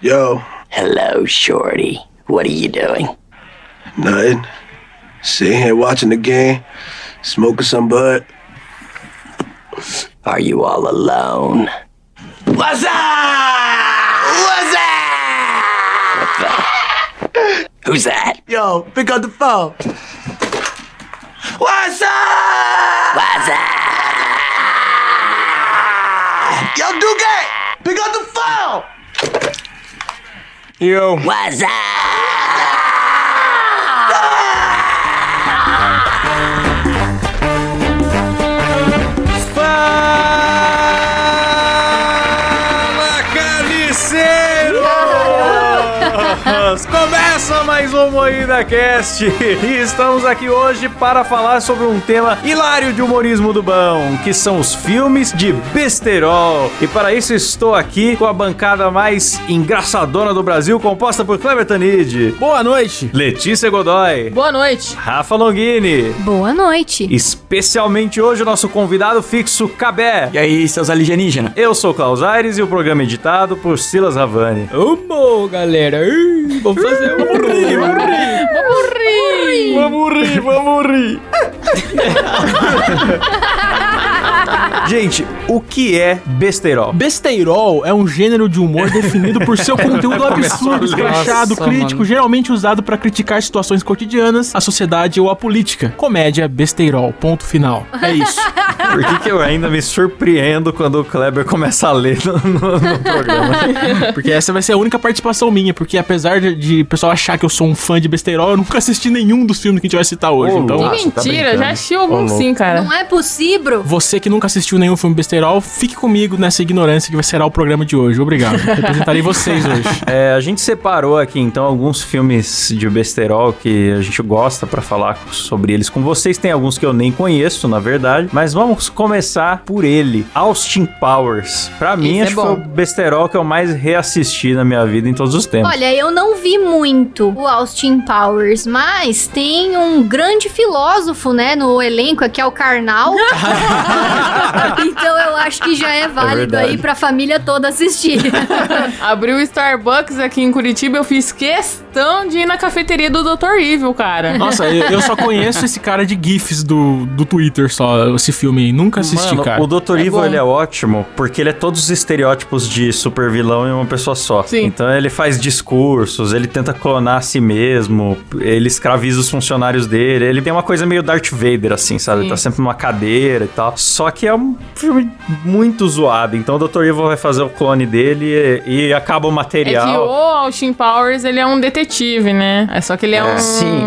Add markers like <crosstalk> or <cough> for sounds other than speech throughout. Yo, Hello, Shorty. What are you doing? nothing. Sitting here watching the game, smoking some bud. Are you all alone? What's up? What's up? Who's that? Yo, pick up the phone. What's up? What's up? Yo, Duque, pick up the phone. Yo, What's up? fala carniceiros! Começa mais um Moída Cast e estamos aqui hoje para falar sobre um tema hilário de humorismo do bom, que são os filmes de besterol. E para isso estou aqui com a bancada mais engraçadona do Brasil, composta por Kleber Tanid, Boa noite. Letícia Godoy, Boa noite. Rafa Longini. Boa noite. Especialmente hoje o nosso convidado fixo, Cabé. E aí, seus alienígenas? Eu sou o Klaus Aires e o programa é editado por Silas Ravani. Vamos, galera. Ih, Vamos fazer um... Vamos rir, vamos rir. Vamos rir. Vamos rir, vamos rir. <laughs> Gente, o que é besteirol? Besteirol é um gênero de humor definido por seu conteúdo absurdo, escrachado, crítico, geralmente usado pra criticar situações cotidianas, a sociedade ou a política. Comédia, besteirol, ponto final. <laughs> É isso. Por que, que eu ainda me surpreendo quando o Kleber começa a ler no, no- no programa? Porque essa vai ser a única participação minha, porque apesar de, de o pessoal achar que eu sou um fã de besteirol, eu nunca assisti nenhum dos filmes que a gente vai citar hoje. Ô, então, louco. Que Nossa, tá mentira, brincando. já assistiu algum louco. sim, cara. Não é possível. Você que nunca assistiu nenhum filme besteirol, fique comigo nessa ignorância que vai será o programa de hoje. <laughs> Obrigado. Representarei vocês hoje. É, a gente separou aqui então alguns filmes de besterol que a gente gosta pra falar sobre eles com vocês. Tem alguns que eu nem conheço, na verdade, mas vamos começar por ele, Austin Powers. Pra mim, Esse é acho que foi o bom. besterol que eu mais reassisti na minha vida em todos os tempos. Olha, eu não vi muito o Austin Powers, mas tem um grande filósofo, né, no elenco, que é o Karnal. então eu acho que já é válido verdade. aí pra família toda assistir. Abriu o Starbucks aqui em Curitiba, eu fiz questão de ir na cafeteria do Dr. Evil, cara. Nossa, eu, eu só conheço esse cara de GIFs do, do Twitter só, esse filme aí. Nunca assisti, Mano, cara. o Dr. É Evil bom. ele é ótimo porque ele é todos os estereótipos de super vilão em uma pessoa só. Sim. Então ele faz discursos, ele tenta clonar a si mesmo, ele escraviza os funcionários dele. Ele tem uma coisa meio Darth Vader, assim, sabe? Sim. Tá sempre numa cadeira e tal. Só que é um filme muito zoado. Então o Dr. Evil vai fazer o clone dele e, e acaba o É que o material. Austin Powers, ele é um detetive, né? É só que ele é, É, um sim.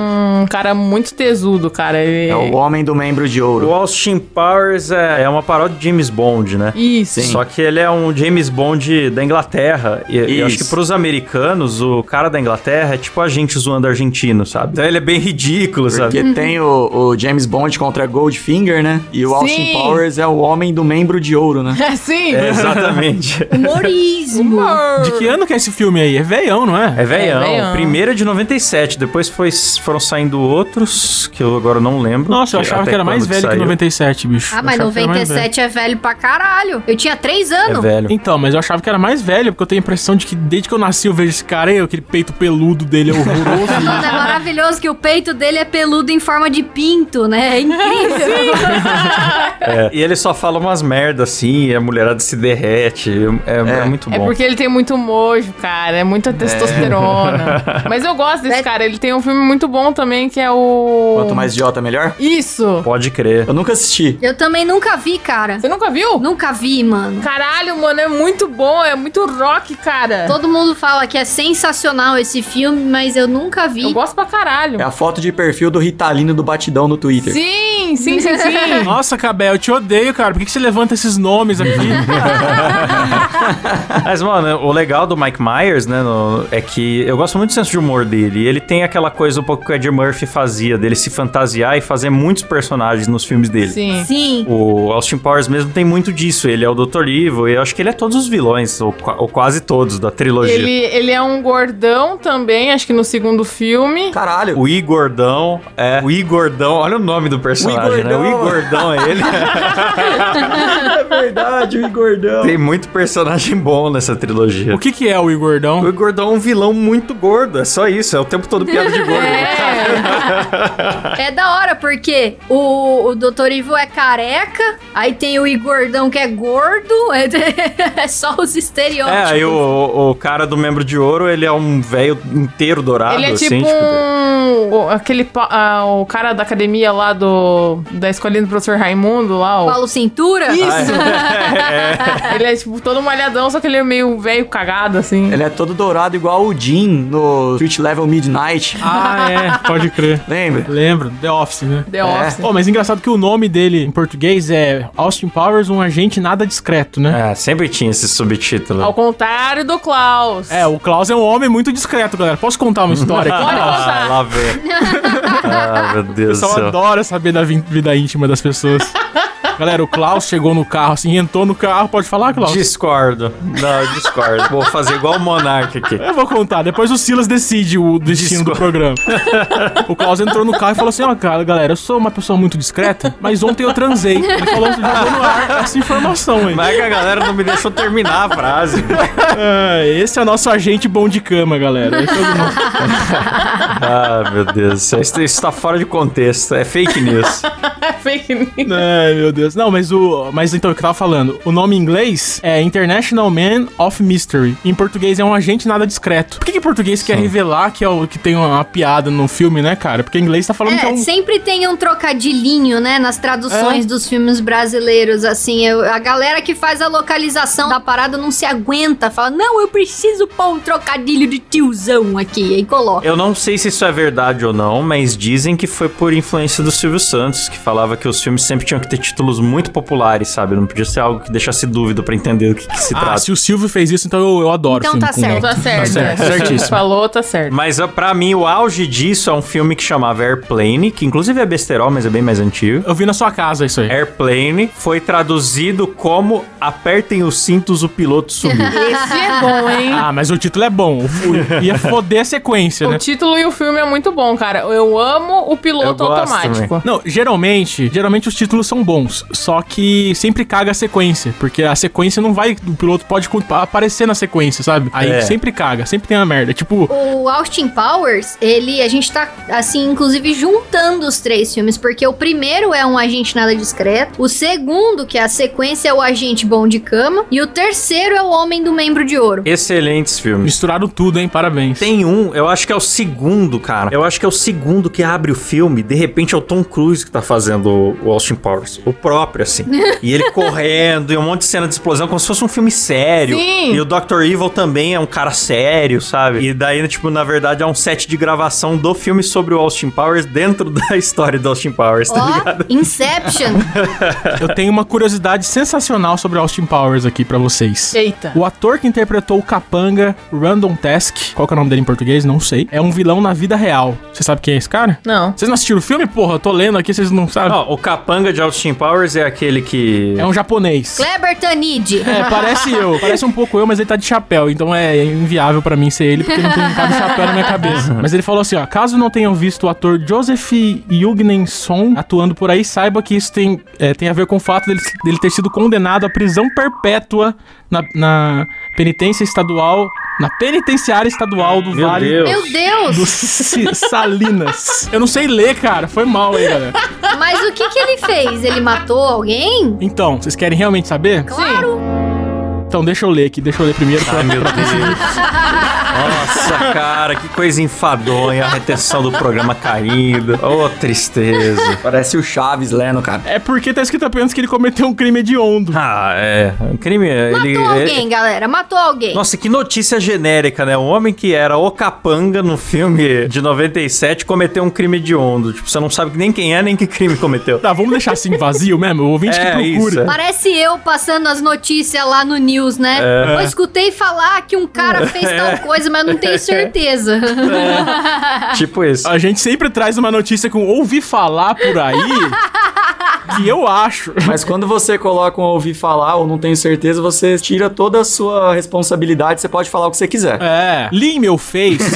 cara muito tesudo, cara. Ele... É o homem do membro de O ouro. Austin Powers é, é uma paródia de James Bond, né? Isso. Só que ele é um James Bond da Inglaterra. E eu acho que Isso. pros americanos, o cara da Inglaterra é tipo a gente zoando argentino, sabe? Então ele é bem ridículo, <laughs> sabe? Uhum. Porque tem o, o James Bond contra Goldfinger, né? E o Austin Sim. Powers é o homem do membro de ouro, né? <laughs> É sim. É, exatamente. Humorismo. De que ano que é esse filme aí? É veião, não é? É veião. É veião. Primeiro é de 97, depois foi, foram saindo outros, que eu agora não lembro. Nossa, eu achava até que era mais quando velho que saiu. 97, bicho. Ah, mas Eu achava que era mais velho. 97 é velho pra caralho. Eu tinha 3 É anos. velho. Então, mas eu achava que era mais velho, porque eu tenho a impressão de que desde que eu nasci eu vejo esse cara aí, aquele peito peludo dele é <laughs> horroroso. Mano, é maravilhoso que o peito dele é peludo em forma de pinto, né? É incrível. É. E ele só fala umas merdas assim, e a mulherada se derrete. É, é muito É bom. porque ele tem muito mojo, cara. É <laughs> muita testosterona. Mas eu gosto desse É. cara. Ele tem um filme muito bom também, que é o... Quanto mais idiota, melhor. Isso. Pode crer. Eu nunca assisti. Eu também nunca vi, cara. Você nunca viu? Nunca vi, mano. Caralho, mano, é muito bom, é muito rock, cara. Todo mundo fala que é sensacional esse filme, mas eu nunca Eu vi. gosto pra caralho. É a foto de perfil do Ritalino do Batidão no Twitter. Sim, sim, sim, <laughs> sim. Nossa, Cabé, eu te odeio, cara. Por que, que você levanta esses nomes aqui? Mas, mano, o legal do Mike Myers, né, no- é que eu gosto muito do senso de humor dele. E ele tem aquela coisa um pouco que o Eddie Murphy fazia, dele se fantasiar e fazer muitos personagens nos filmes dele. sim. Sim. O Austin Powers mesmo tem muito disso. Ele é o Dr. Evil e eu acho que ele é todos os vilões, ou, qua- ou quase todos, da trilogia. Ele, ele é um gordão também, acho que no segundo filme. Caralho. O Igordão, é. O Igordão, olha o nome do O personagem. personagem, né? O Igordão é <laughs> ele. É verdade, o Igordão. Tem muito personagem bom nessa trilogia. O que, que é o O Igordão? Igordão é um vilão muito gordo, é só isso, é o tempo todo piada de gordo. É. é da hora, porque o, o Dr. Ivo é careca, aí tem o Igordão que é gordo, <laughs> é, é só os É, estereótipos. aí o, o cara do membro de ouro, ele é um velho inteiro dourado, Ele é assim, tipo um... o- Aquele... pa- ah, o cara da academia lá do... Da escolinha do professor Raimundo lá. o- Paulo Cintura? É. Isso! Ah, <laughs> ele é tipo todo malhadão, só que ele é meio velho cagado, assim. Ele é todo dourado igual o Jim no Street Level Midnight. Ah, é, pode crer. Lembra? Lembro, The Office, né? The Office. Oh, mas engraçado que o nome dele em português é Austin Powers, um agente nada discreto, né? É, sempre tinha esse subtítulo. Ao contrário do Klaus. É, o Klaus é um homem muito discreto, galera. Posso contar uma história aqui? Pode Klaus? contar. lá vem. <laughs> ah, meu O Deus do pessoal céu. adora saber da vin- vida íntima das pessoas. Galera, o Klaus chegou no carro, assim, entrou no carro. Pode falar, Klaus? Discordo. Não, eu discordo. Vou fazer igual o Monark aqui. Eu vou contar, depois o Silas decide o destino do Discord. programa. O Klaus entrou no carro e falou assim: Ó, cara, galera, eu sou uma pessoa muito discreta, mas ontem eu transei. Ele falou isso jogou no ar essa informação aí. Mas é que a galera não me deixou terminar a frase. Ah, esse é o nosso agente bom de cama, galera. Esse é o nosso- Ah, meu Deus do céu. Isso, isso tá fora de contexto. É fake news. <laughs> Fake news. Ai, meu Deus. Não, mas o. Mas então, o que eu tava falando? O nome em inglês é International Man of Mystery. Em português é um agente nada discreto. Por que, que português quer revelar que é o que tem uma, uma piada no filme, né, cara? Porque em inglês tá falando que é É, um. sempre tem um trocadilhinho, né, nas traduções dos filmes brasileiros, assim, eu- a galera que faz a localização da parada não se aguenta, fala, não, eu preciso pôr um trocadilho de tiozão aqui, aí coloca. Eu não sei se isso é verdade ou não, mas dizem que foi por influência do Silvio Santos, que falava que os filmes sempre tinham que ter títulos muito populares, sabe? Não podia ser algo que deixasse dúvida pra entender do que, que se Ah, trata. se o Silvio fez isso, então eu, eu adoro. Então filme tá com certo. nome. Tá certo. Tá certo, é. certíssimo. Falou, tá certo. Mas ah, pra mim, o auge disso é um filme que chamava Airplane, que inclusive é besterol, mas é bem mais antigo. Eu vi na sua casa isso É. aí. Airplane foi traduzido como Apertem os cintos, o piloto <laughs> sumiu. Esse é bom, <laughs> hein? Ah, mas o título é bom. O fu- Ia foder <laughs> a sequência, né? O título e o filme é muito bom, cara. Eu amo o Eu piloto gosto automático. Não, geralmente, geralmente os títulos são bons, só que sempre caga a sequência, porque a sequência não vai, o piloto pode co- aparecer na sequência, sabe? Aí É. sempre caga, sempre tem uma merda. Tipo, O Austin Powers, ele, a gente tá, assim, inclusive juntando os três filmes, porque o primeiro é um agente nada discreto, o segundo, que é a sequência, é o agente bom de cama, e o terceiro é o homem do membro de ouro. Excelentes filmes. misturaram tudo, hein? Parabéns. Tem um, eu acho que é o segundo, cara. Eu acho que é o segundo que abre o filme. De repente é o Tom Cruise que tá fazendo o- o Austin Powers. O próprio, assim. E ele correndo, e um monte de cena de explosão, como se fosse um filme sério. Sim. E o Dr. Evil também é um cara sério, sabe? E daí, tipo, na verdade, é um set de gravação do filme sobre o Austin Powers dentro <laughs> da história do Austin Powers, tá ligado? <laughs> Ó, Inception. Eu tenho uma curiosidade sensacional sobre Austin Powers aqui pra vocês. Eita. O ator que interpretou o capanga Random Task, qual que é o nome dele em português? Não sei. É um vilão na vida real. Você sabe quem é esse cara? Não. Vocês não assistiram o filme? Porra, eu tô lendo aqui, vocês não sabem. Ó, o capanga de Austin Powers é aquele que. É um japonês. Kleber Tanid. É, parece eu. <laughs> Parece um pouco eu, mas ele tá de chapéu. Então é inviável pra mim ser ele, porque não tem cabe chapéu na minha cabeça. Mas ele falou assim, ó. Caso não tenham visto o ator Joseph Yugnenson atuando por aí, saiba que isso tem, é, tem a ver com o fato dele, dele ter sido condenado à prisão perpétua na, na penitência estadual... Na penitenciária estadual do Meu Vale... Deus. Meu Deus! Do Si- Salinas. Eu não sei ler, cara. Foi mal aí, galera. Mas o que que ele fez? Ele matou alguém? Então, vocês querem realmente saber? Claro! Então, deixa eu ler aqui. Deixa eu ler primeiro. pra- Ai, meu Deus. Nossa, cara, que coisa enfadonha. A retenção do programa caindo. Ô, tristeza. Parece o Chaves lendo, cara. É porque tá escrito apenas que ele cometeu um crime hediondo. Ah, é. Um crime. ele, é- Matou ele- alguém, galera. Matou alguém. Nossa, que notícia genérica, né? Um homem que era o capanga no filme de 97 cometeu um crime hediondo. Tipo, você não sabe nem quem é, nem que crime <laughs> cometeu. Tá, vamos deixar assim vazio mesmo? O ouvinte É, que isso, procura. é. Parece eu passando as notícias lá no news, né? Eu escutei falar que um cara fez tal coisa, mas não tenho certeza. tipo isso. A gente sempre traz uma notícia com ouvi falar por aí que eu acho. Mas quando você coloca um ouvir falar ou não tenho certeza, você tira toda a sua responsabilidade, você pode falar o que você quiser. É. Lean meu face.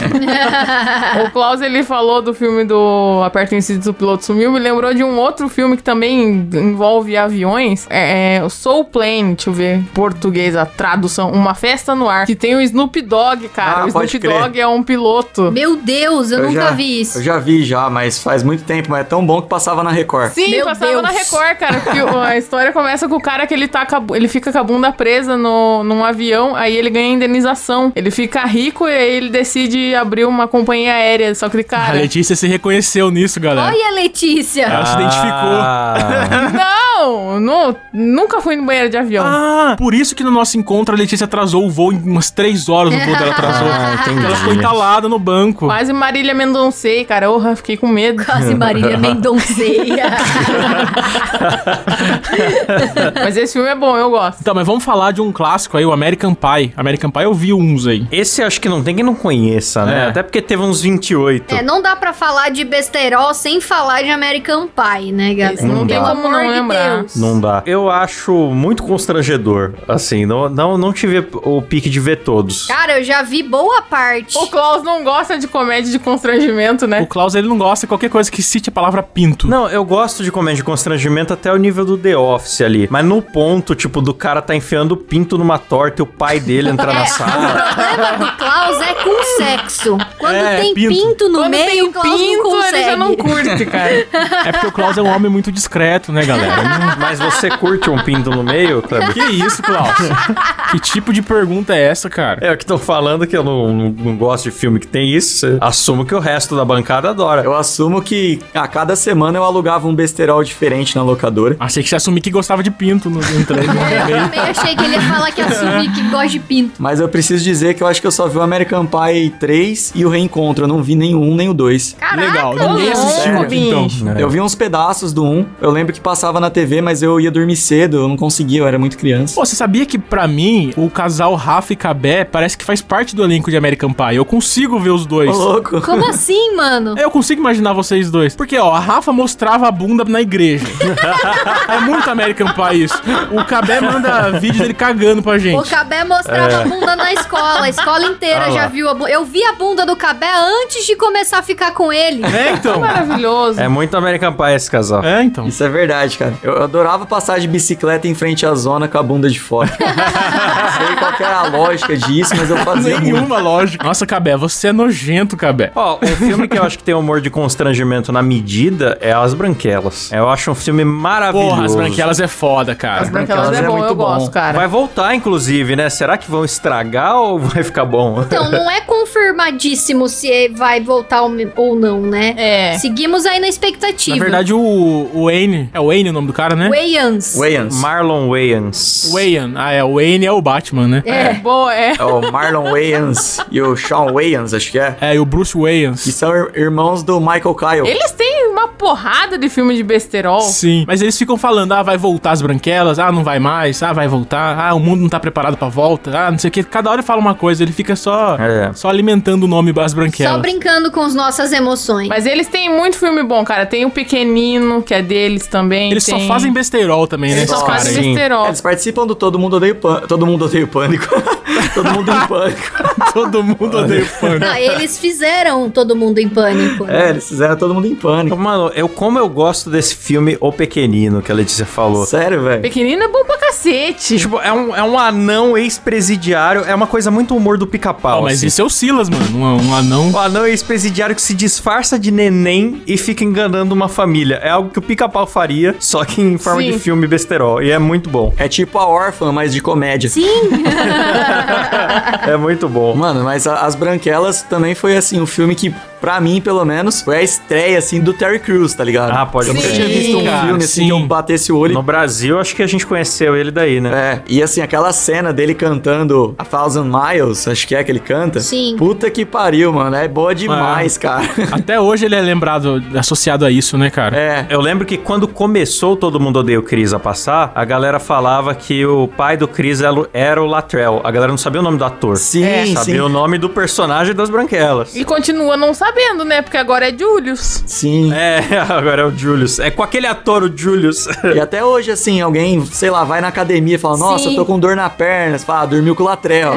O Klaus, ele falou do filme do Aperta o Incídio do Piloto Sumiu, me lembrou de um outro filme que também envolve aviões, é, é o Soul Plane, deixa eu ver, em português, a tradução, Uma Festa no Ar, que tem o Snoop Dogg, cara, Ah, o pode Snoop crer. Dogg é um piloto. Meu Deus, eu, nunca já, vi isso. Eu já vi já, mas faz muito tempo, mas é tão bom que passava na Record. Sim, Meu passava Deus. na Record, cara, porque o- a história começa com o cara que ele, tá com a bu- ele fica com a bunda presa no, num avião, aí ele ganha indenização, ele fica rico e aí ele decide abrir uma companhia aérea, só que ele, A cara... Letícia se reconheceu nisso, galera. Olha, Letícia. Ela se Ah. identificou. identificou. Não, nu- nunca fui no banheiro de avião. Ah, por isso que no nosso encontro a Letícia atrasou o voo em umas três horas. O voo dela atrasou. Ah, entendi. <laughs> Ela ficou entalada no banco. Quase Marília Mendoncei, cara. Orra, fiquei com medo. Quase Marília Mendonceia. Mas esse filme é bom, eu gosto. Tá, mas vamos falar de um clássico aí, o American Pie. American Pie eu vi uns aí. Esse acho que não tem quem não conheça, né? É. Até porque teve uns 28. é, não dá pra falar de besterol sem falar de American Pie, né, galera? Isso, não Pelo tem como amor não de lembrar. Deus. Não dá. Eu acho muito constrangedor. Assim, não, não, não tive o pique de ver todos. Cara, eu já vi boa parte. O Klaus não gosta de comédia de constrangimento, né? O Klaus, ele não gosta de qualquer coisa que cite a palavra pinto. Não, eu gosto de comédia de constrangimento até o nível do The Office ali. Mas no ponto, tipo, do cara tá enfiando o pinto numa torta e o pai dele entrar <laughs> na sala. É, O problema do Klaus é com sexo. Quando É, tem pinto. pinto, no Quando meio, tem o Klaus não pinto, consegue. ele já não curte, cara. É porque o Klaus é um homem muito discreto, né, galera? Mas você curte um pinto no meio, Cleber? que isso, Klaus? que tipo de pergunta é essa, cara? É o que estão falando que eu não, não, não gosto de filme que tem isso. Assumo que o resto da bancada adora. Eu assumo que a cada semana eu alugava um besterol diferente na locadora. Achei que você assumir que gostava de pinto no no né? trem. Eu também achei que ele ia falar que assume que gosta de pinto. Mas eu preciso dizer que eu acho que eu só vi o American Pie 3 e o Reencontro. Eu não vi nenhum nem o 2. Caraca, Legal, ninguém mano. assistiu aqui, então. Eu vi uns pedaços do 1. Eu lembro que passava na TV, mas eu ia dormir cedo. Eu não conseguia, eu era muito criança. Pô, você sabia que pra mim o casal Rafa e Cabé parece que faz parte do elenco de American Pie? Eu consigo ver os Ô, dois. louco. Como assim, mano? Eu consigo imaginar vocês dois. Porque, ó, a Rafa mostrava a bunda na <laughs> igreja. é muito American Pie isso. O Cabé manda vídeo dele cagando pra gente. O Cabé mostrava a bunda na escola. A escola inteira Ah lá. já viu a bunda. Eu vi a bunda do Cabé antes de começar a ficar com ele. É, então. Maravilhoso. É muito American Pie esse casal. É, então. Isso é verdade, cara. Eu eu adorava passar de bicicleta em frente à zona com a bunda de fora. <laughs> não sei qual que era a lógica disso, mas eu fazia <laughs> muito. Nenhuma lógica. Nossa, Cabé, você é nojento, Cabé. Ó, um filme que eu acho que tem humor de constrangimento na medida é As Branquelas. Eu acho um filme maravilhoso. Porra, as branquelas é foda, cara. As branquelas é, Branquelas é bom, eu muito bom. gosto, cara. Vai voltar, inclusive, né? Será que vão estragar ou <laughs> vai ficar bom? Então, não é confirmadíssimo se vai voltar ou me- ou não, né? É. Seguimos aí na Na expectativa. verdade, o, o Wayne. É o Wayne o nome do cara, né? Wayans. Wayans. Marlon Wayans. Wayne. Ah, é. O Wayne é o Batman, né? É. Boa, é. É o Marlon Wayans e o Sean Wayans, acho que é. É, e o Bruce Que Wayans. são ir- irmãos do Michael Kyle. Eles têm uma porrada de filme de besterol. Sim. Mas eles ficam falando, ah, vai voltar as branquelas, ah, não vai mais, ah, vai voltar, ah, o mundo não tá preparado pra volta, ah, não sei o que. Cada hora ele fala uma coisa, ele fica só, É. só alimentando o nome das branquelas. Só brincando com as nossas emoções. Mas eles têm muito filme bom, cara. Tem o Pequenino, que é deles também. Eles só tem- fazem besteirol também, né? Eles esses só caras fazem aí. besterol. Eles participam do Todo Mundo Odeia o Pânico. Todo Mundo Odeia o Pânico. <laughs> Todo Mundo em Pânico. <laughs> Todo mundo odeia o pano. Ah, eles fizeram todo mundo em pânico. É, eles fizeram Todo Mundo em Pânico. Mano, eu como eu gosto desse filme O Pequenino, que a Letícia falou. Sério, velho. Pequenino é bom pra cacete. Tipo, é um, é um anão ex-presidiário, é uma coisa muito humor do pica-pau. Ah, mas assim. isso é o Silas, mano. Um, um anão. O anão é ex-presidiário que se disfarça de neném e fica enganando uma família. É algo que o pica-pau faria, só que em forma Sim. de filme besterol. E é muito bom. É tipo a órfã, mas de comédia. Sim, <laughs> É muito bom. Mano, mas a- As Branquelas também foi, assim, um filme que, pra mim, pelo menos, foi a estreia, assim, do Terry Crews, tá ligado? Ah, pode Eu nunca Sim, tinha visto um cara, filme, assim, que eu sim. batesse o olho. No Brasil, acho que a gente conheceu ele daí, né? É, e assim, aquela cena dele cantando A Thousand Miles, acho que é que ele canta. Sim. Puta que pariu, mano. É boa demais, cara. <laughs> Até hoje ele é lembrado, associado a isso, né, cara? É. Eu lembro que quando começou Todo Mundo Odeia o Chris a passar, a galera falava que o pai do Chris era o- era o Latrell. A galera não sabia o nome do ator. É. Sim, sabia sim. o nome do personagem das branquelas. E continua não sabendo, né? Porque agora é Julius. Sim. <laughs> É, agora é o Julius. É com aquele ator, o Julius. E até hoje, assim, alguém, sei lá, vai na academia e fala, nossa, Sim. eu tô com dor na perna. Você fala, ah, dormiu com o Latrel.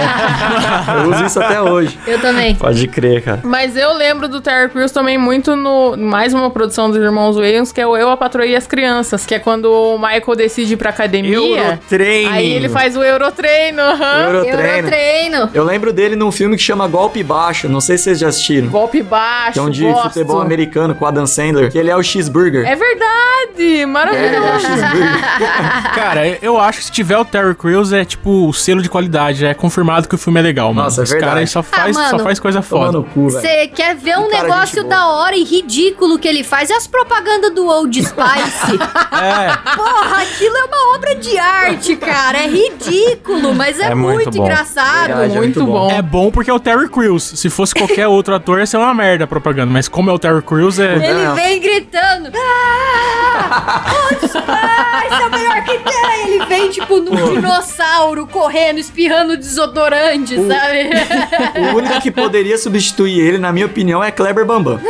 Eu uso isso até hoje. Eu também. Pode crer, cara. Mas eu lembro do Terry Crews também muito no. Mais uma produção dos Irmãos Williams, que é o Eu, a Patroa e as Crianças, que é quando o Michael decide ir pra academia. Eurotraining. Aí ele faz o Eurotreino. aham. Eu não Eurotreino. treino. Eu lembro dele num filme que chama Golpe Baixo. Não sei se vocês já assistiram. Golpe baixo. Que é um de gosto. futebol americano com Adam Sandler. Que ele é o cheeseburger. É verdade! É, ele é o Maravilhoso! cheeseburger. <laughs> Cara, eu acho que se tiver o Terry Crews é tipo o selo de qualidade. É confirmado que o filme é legal, mano. Nossa, é Os caras verdade. aí só faz, mano. só faz coisa Toma foda. no cu, velho. Você quer ver um cara, negócio gente boa. da hora e ridículo que ele faz? É as propagandas do <laughs> Old Spice. É, Porra, aquilo é uma obra de arte, cara. É ridículo, mas é, É muito muito, bom. engraçado. Verdade, é Muito bom. é bom porque é o Terry Crews. Se fosse qualquer outro ator, ia ser uma merda a propaganda. Mas como é o Terry <laughs> Crews, é. Ele É. vem gritando. "Ah, Old Spice é o melhor que tem. Ele vem, tipo, num dinossauro correndo, espirrando desodorante, Uh. sabe? Tá O único que poderia substituir ele, na minha opinião, é Kleber Bambam.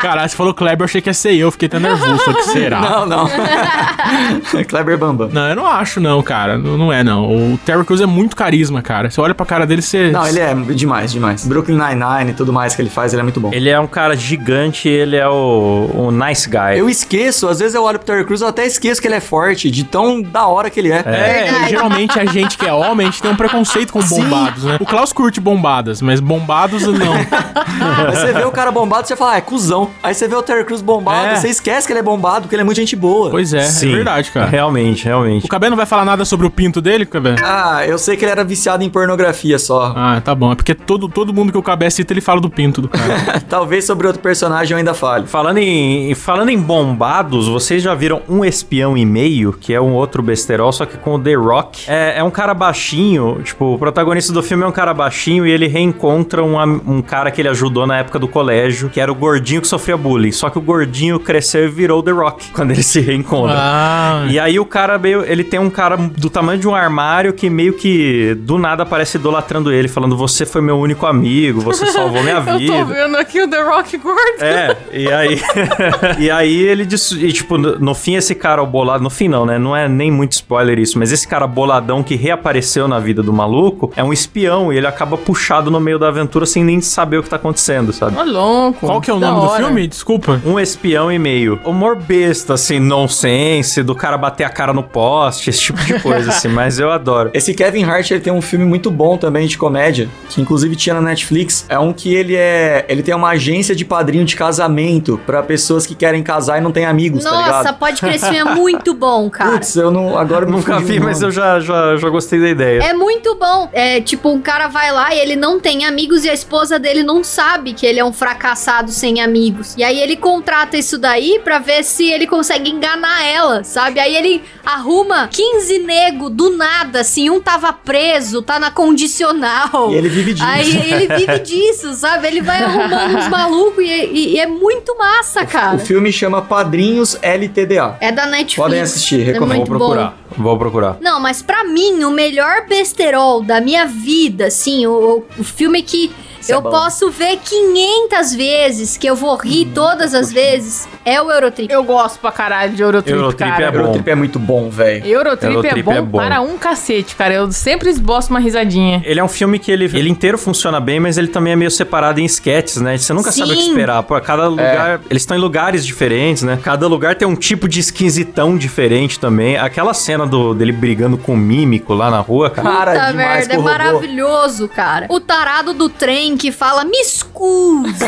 Caralho, você falou Kleber, eu achei que ia ser eu. Fiquei até nervoso. Falei, que será? Não, não. Ah. <laughs> é Kleber Bambam. Não, eu não acho, não, cara. Não, não é, não. O Terry Crews é muito carisma, cara. Você olha pra cara dele, você. Não, ele é demais, demais. Brooklyn Nine-Nine e tudo mais que ele faz, ele é muito bom. Ele é um cara gigante, ele é o, o nice guy. Eu esqueço, às vezes eu olho pro Terry Crews, eu até esqueço que ele é forte, de tão da hora que ele é. É, Verdade. geralmente a gente que é homem, a gente tem um preconceito com bombados, né? O Klaus curte bombadas, mas bombados <laughs> não. Aí você vê o cara bombado, você fala, ah, é cuzão. Aí você vê o Terry Crews bombado, É. você esquece que ele é bombado, porque ele é muito gente boa. Pois é, é verdade, cara. Realmente, realmente. O Cabé não vai falar nada sobre o pinto dele, Cabé? Ah, eu sei que ele era viciado em pornografia só. Ah, tá bom. É porque todo, todo mundo que o Cabé cita, ele fala do pinto do cara. <laughs> Talvez sobre outro personagem eu ainda fale. Falando em, falando em bombados, vocês já viram Um Espião e Meio, que é um outro besterol, só que com o The Rock. É, é um cara baixinho, tipo, o protagonista do filme é um cara baixinho e ele reencontra um, am- um cara que ele ajudou na época do colégio, que era o gordinho que sofria bullying. Só que o gordinho cresceu e virou The Rock <laughs> quando eles se reencontram. <laughs> ah, E aí o cara meio. Ele tem um cara do tamanho de um armário que meio que do nada aparece idolatrando ele, falando: Você foi meu único amigo, você salvou minha <laughs> Eu tô vida. vendo aqui o The Rock gordo. É, e aí. <laughs> e aí ele disse. E, tipo, no, no fim, esse cara bolado. No fim, não, né? Não é nem muito spoiler isso, mas esse cara boladão que reapareceu na vida do maluco é um espião e ele acaba puxado no meio da aventura sem nem saber o que tá acontecendo, sabe? Ó, louco. qual que é o Da nome do hora. filme? Desculpa. Um espião e meio. Humor besta, assim, nonsense, do cara bater a cara no poste, esse tipo de coisa, assim, mas eu adoro. Esse Kevin Hart, ele tem um filme muito bom também de comédia, que inclusive tinha na Netflix. É um que ele é, ele tem uma agência de padrinho de casamento pra pessoas que querem casar e não têm amigos, tá Nossa, ligado? pode crescer, é muito bom, <laughs> cara. Putz, eu não, agora eu Nunca vi, mas eu já, já, já gostei da ideia. É muito bom. É tipo, um cara vai lá e ele não tem amigos e a esposa dele não sabe que ele é um fracassado sem amigos. E aí ele contrata isso daí pra ver se ele consegue enganar ela, sabe? Aí ele arruma 15 nego do nada, assim, um tava preso, tá na condicional. E ele vive disso. Aí ele <laughs> vive disso, sabe? Ele vai arrumando uns malucos e, e- e é muito massa, O cara. filme chama Padrinhos LTDA. É da Netflix. Podem assistir, recomendo. É muito Vou procurar. Vou procurar. Não, mas pra mim, o melhor besterol da minha vida, assim, o, o filme que Isso é eu bom. posso ver 500 vezes, que eu vou rir Hum, todas as vezes, é o Eurotrip. Eu gosto pra caralho de Eurotrip, Eurotrip cara. é bom. Eurotrip é muito bom, velho. Eurotrip, é, Eurotrip bom é bom. para um cacete, cara. Eu sempre esboço <laughs> uma risadinha. Ele é um filme que ele, ele inteiro funciona bem, mas ele também é meio separado em sketches, né? Você nunca sabe o que Sim. esperar. Pô, cada lugar. Eles estão em lugares diferentes, né? Cada lugar tem um tipo de esquisitão diferente também. Aquela cena do, dele brigando com o mímico lá na rua, cara. Cara, Puta demais merda, é com o robô. maravilhoso, cara. O tarado do trem que fala, me <laughs> escuse.